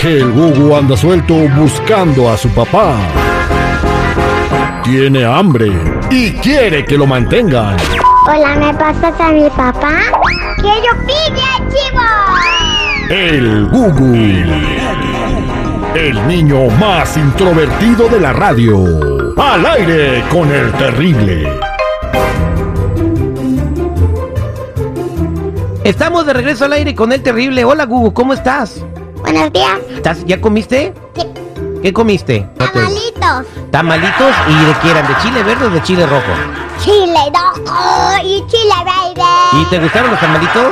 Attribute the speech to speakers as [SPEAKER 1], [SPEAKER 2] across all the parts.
[SPEAKER 1] que el Gugu anda suelto buscando a su papá. Tiene hambre y quiere que lo mantengan.
[SPEAKER 2] Hola, ¿me pasas a mi papá? ¡Que yo pille, chivo!
[SPEAKER 1] El Gugu. El niño más introvertido de la radio. Al aire con el terrible.
[SPEAKER 3] Estamos de regreso al aire con el terrible. Hola, Gugu, ¿cómo estás?
[SPEAKER 2] Buenos días.
[SPEAKER 3] ¿Estás- ¿Ya comiste?
[SPEAKER 2] Sí.
[SPEAKER 3] ¿Qué comiste? No te-
[SPEAKER 2] Tamalitos.
[SPEAKER 3] Tamalitos y de qué eran, de chile verde o de chile rojo.
[SPEAKER 2] Chile rojo y chile verde.
[SPEAKER 3] ¿Y te gustaron los tamalitos?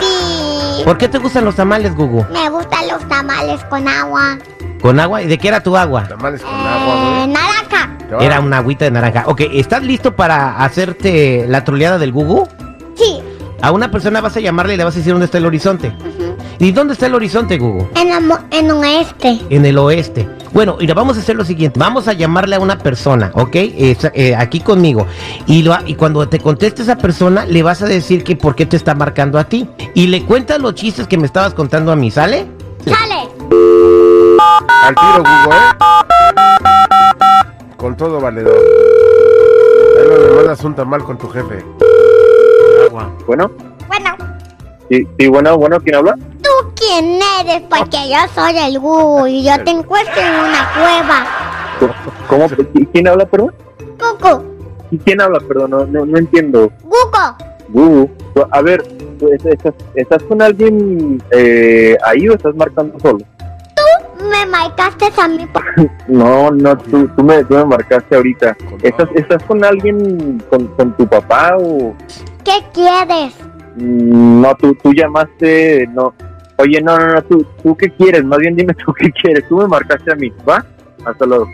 [SPEAKER 2] Sí.
[SPEAKER 3] ¿Por qué te gustan los tamales, Gugu?
[SPEAKER 2] Me gustan los tamales con agua.
[SPEAKER 3] ¿Con agua? ¿Y de qué era tu agua?
[SPEAKER 4] Tamales con
[SPEAKER 2] Eh,
[SPEAKER 4] agua,
[SPEAKER 2] naranja.
[SPEAKER 4] güey.
[SPEAKER 3] Era una agüita de naranja. Ok, ¿estás listo para hacerte la troleada del Gugu?
[SPEAKER 2] Sí.
[SPEAKER 3] A una persona vas a llamarle y le vas a decir dónde está el horizonte. ¿Y dónde está el horizonte, Gugu?
[SPEAKER 2] En, el mo- en este. oeste.
[SPEAKER 3] En el oeste. Bueno, mira, vamos a hacer lo siguiente. Vamos a llamarle a una persona, ¿ok? Es- eh, aquí conmigo. Y, lo- y cuando te conteste esa persona, le vas a decir que por qué te está marcando a ti. Y le cuentas los chistes que me estabas contando a mí, ¿sale?
[SPEAKER 2] Sale.
[SPEAKER 4] Al tiro, Gugu, ¿eh? Con todo valedor. Ahí no le mandas un tamal con tu jefe.
[SPEAKER 5] Bueno,
[SPEAKER 2] Bueno,
[SPEAKER 5] sí, sí, bueno, bueno, ¿quién habla?
[SPEAKER 2] ¿tú quién eres? Porque yo soy el Gugu y yo te encuentro en una cueva.
[SPEAKER 5] ¿Cómo? ¿Y ¿Quién habla, perdón?
[SPEAKER 2] Cucu.
[SPEAKER 5] ¿Y ¿Quién habla, perdón? No, no, no entiendo.
[SPEAKER 2] Gugu.
[SPEAKER 5] Gugu, a ver, tú es- ¿estás, estás con alguien eh, ahí o estás marcando solo?
[SPEAKER 2] Me marcaste a mi papá.
[SPEAKER 5] No, no, tú, tú, me, tú me marcaste ahorita.
[SPEAKER 4] Con
[SPEAKER 5] ¿Estás,
[SPEAKER 4] todo.
[SPEAKER 5] estás con alguien, con, con tu papá o...?
[SPEAKER 2] ¿Qué quieres?
[SPEAKER 5] Mm, No, tú, tú llamaste, no. Oye, no, no, no, tú, tú qué quieres, más bien dime tú qué quieres. Tú me marcaste a mí, ¿va? Hasta luego.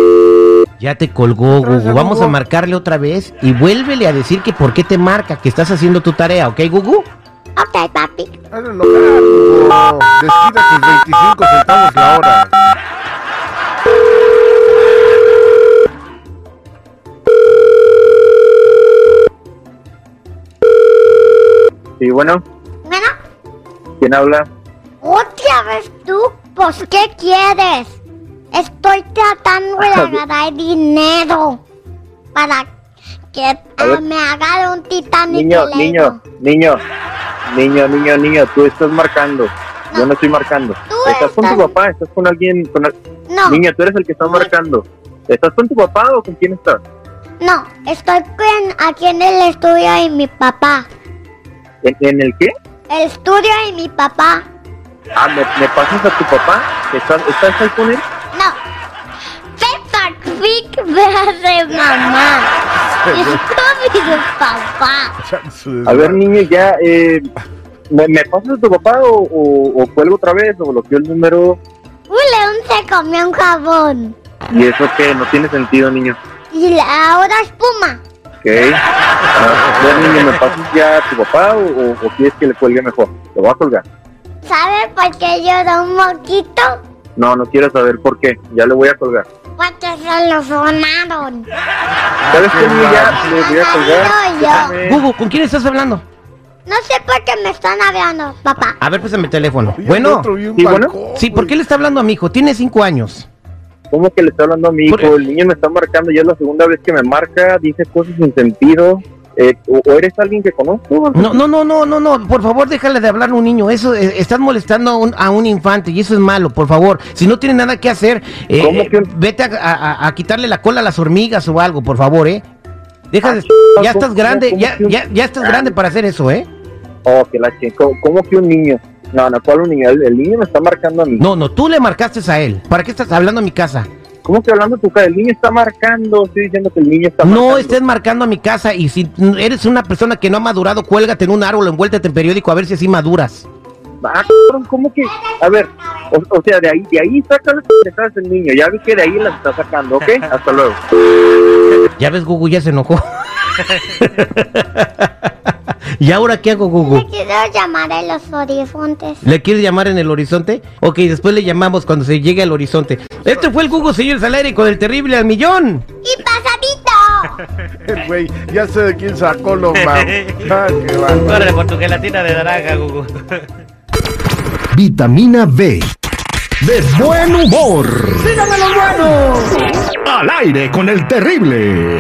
[SPEAKER 3] Ya te colgó, Gugu.
[SPEAKER 4] Gracias,
[SPEAKER 3] Vamos a
[SPEAKER 4] Gugu.
[SPEAKER 3] marcarle otra vez y vuélvele a decir que por qué te marca, que estás haciendo tu tarea, ¿ok, Gugu?
[SPEAKER 2] Ok, papi.
[SPEAKER 4] Hazlo enojar, Gugu. Desquita tus 25 centavos la hora.
[SPEAKER 5] Sí, bueno,
[SPEAKER 2] Bueno,
[SPEAKER 5] ¿quién habla?
[SPEAKER 2] otra vez tú. Pues, ¿qué quieres? Estoy tratando de agarrar dinero para que ah,
[SPEAKER 5] ver.
[SPEAKER 2] me haga un Titanic.
[SPEAKER 5] Niño,
[SPEAKER 2] Lego.
[SPEAKER 5] niño, niño, niño, niño, niño, tú estás marcando. Yo no estoy marcando. ¿Estás con tu
[SPEAKER 2] estás-
[SPEAKER 5] papá? ¿Estás con alguien? Con al-
[SPEAKER 2] No,
[SPEAKER 5] Niño, tú eres el que está marcando. ¿Estás con tu papá o con quién estás?
[SPEAKER 2] no, estoy con- aquí en el estudio y mi papá.
[SPEAKER 5] ¿En, en el qué?
[SPEAKER 2] El estudio y mi papá.
[SPEAKER 5] Ah, ¿me, me pasas a tu papá? ¿Estás, estás ahí con él?
[SPEAKER 2] No. Peppa Pig me hace mamá. Estúpido papá.
[SPEAKER 5] A ver, niño, ya, eh, ¿me, me pasas a tu papá o, o, o cuelgo otra vez o bloqueo el número?
[SPEAKER 2] Un león se comió un jabón.
[SPEAKER 5] Y eso que no tiene sentido, niño.
[SPEAKER 2] Y la- ahora espuma.
[SPEAKER 5] Ok. Ah, a ver, niño, ¿me pasas ya a tu papá o, o, o quieres que le cuelgue mejor? Lo voy a colgar.
[SPEAKER 2] ¿Sabe por qué llora un moquito?
[SPEAKER 5] No, no quiero saber por qué. Ya le voy a colgar.
[SPEAKER 2] Porque se lo sonaron.
[SPEAKER 5] ¿Sabes qué? niño? Ya le voy a
[SPEAKER 2] Soy yo.
[SPEAKER 5] colgar.
[SPEAKER 3] Gugu, ¿con quién estás hablando?
[SPEAKER 2] No sé por qué me están hablando, papá.
[SPEAKER 3] A ver, pésame el teléfono. Bueno,
[SPEAKER 5] sí, bueno.
[SPEAKER 3] sí, ¿por qué le está hablando a mi hijo? Tiene cinco años.
[SPEAKER 5] ¿Cómo que le está hablando a mi
[SPEAKER 3] Por-
[SPEAKER 5] hijo? El niño me está marcando. Ya es la segunda vez que me marca. Dice cosas sin sentido. Eh, o, o eres alguien que conozco?
[SPEAKER 3] No, no, no, no, no, no, por favor déjale de hablar a un niño, eso, eh, estás molestando a un, a un infante y eso es malo, por favor, si no tiene nada que hacer, eh,
[SPEAKER 5] ¿Cómo
[SPEAKER 3] eh,
[SPEAKER 5] que-
[SPEAKER 3] vete a, a- a- a quitarle la cola a las hormigas o algo, por favor, eh, deja de,
[SPEAKER 5] Ah,
[SPEAKER 3] ya
[SPEAKER 5] ¿cómo-
[SPEAKER 3] estás grande,
[SPEAKER 5] cómo
[SPEAKER 3] ya,
[SPEAKER 5] que- Ah.
[SPEAKER 3] ya, ya estás grande para hacer eso, eh,
[SPEAKER 5] Oh, que la chica. ¿Cómo que un niño? No, no, ¿cuál un niño? El, el niño me está marcando a mí.
[SPEAKER 3] no, no, tú le marcaste a él, ¿para qué estás hablando a mi casa?
[SPEAKER 5] ¿Cómo que hablando a tu cara? El niño está marcando. Estoy diciendo que el niño está marcando.
[SPEAKER 3] No este- estés marcando a mi casa y si eres una persona que no ha madurado, cuélgate en un árbol, envuéltete en periódico a ver si así maduras.
[SPEAKER 5] Ah, cabrón, ¿cómo que? A ver, o, o sea, de ahí, de ahí saca las pendejadas el niño. Ya vi que de ahí las está sacando, ¿ok? Hasta luego.
[SPEAKER 3] Ya ves, Gugu ya se enojó. ¿Y ahora qué hago,
[SPEAKER 5] Uh.
[SPEAKER 3] Gugu?
[SPEAKER 2] Me quiero llamar a los horizontes.
[SPEAKER 3] ¿Le quieres llamar en el horizonte? Ok, después le llamamos cuando se llegue al horizonte. Este fue el Gugu, señor Salaire, con el terrible al millón.
[SPEAKER 2] ¡Y pasadito!
[SPEAKER 4] El güey, ya sé de quién sacó lo más. Ah, qué bárbaro.
[SPEAKER 6] Órale, por tu gelatina de naranja, Gugu.
[SPEAKER 1] Vitamina B. de buen humor. ¡Síganme los buenos! Al aire con el terrible.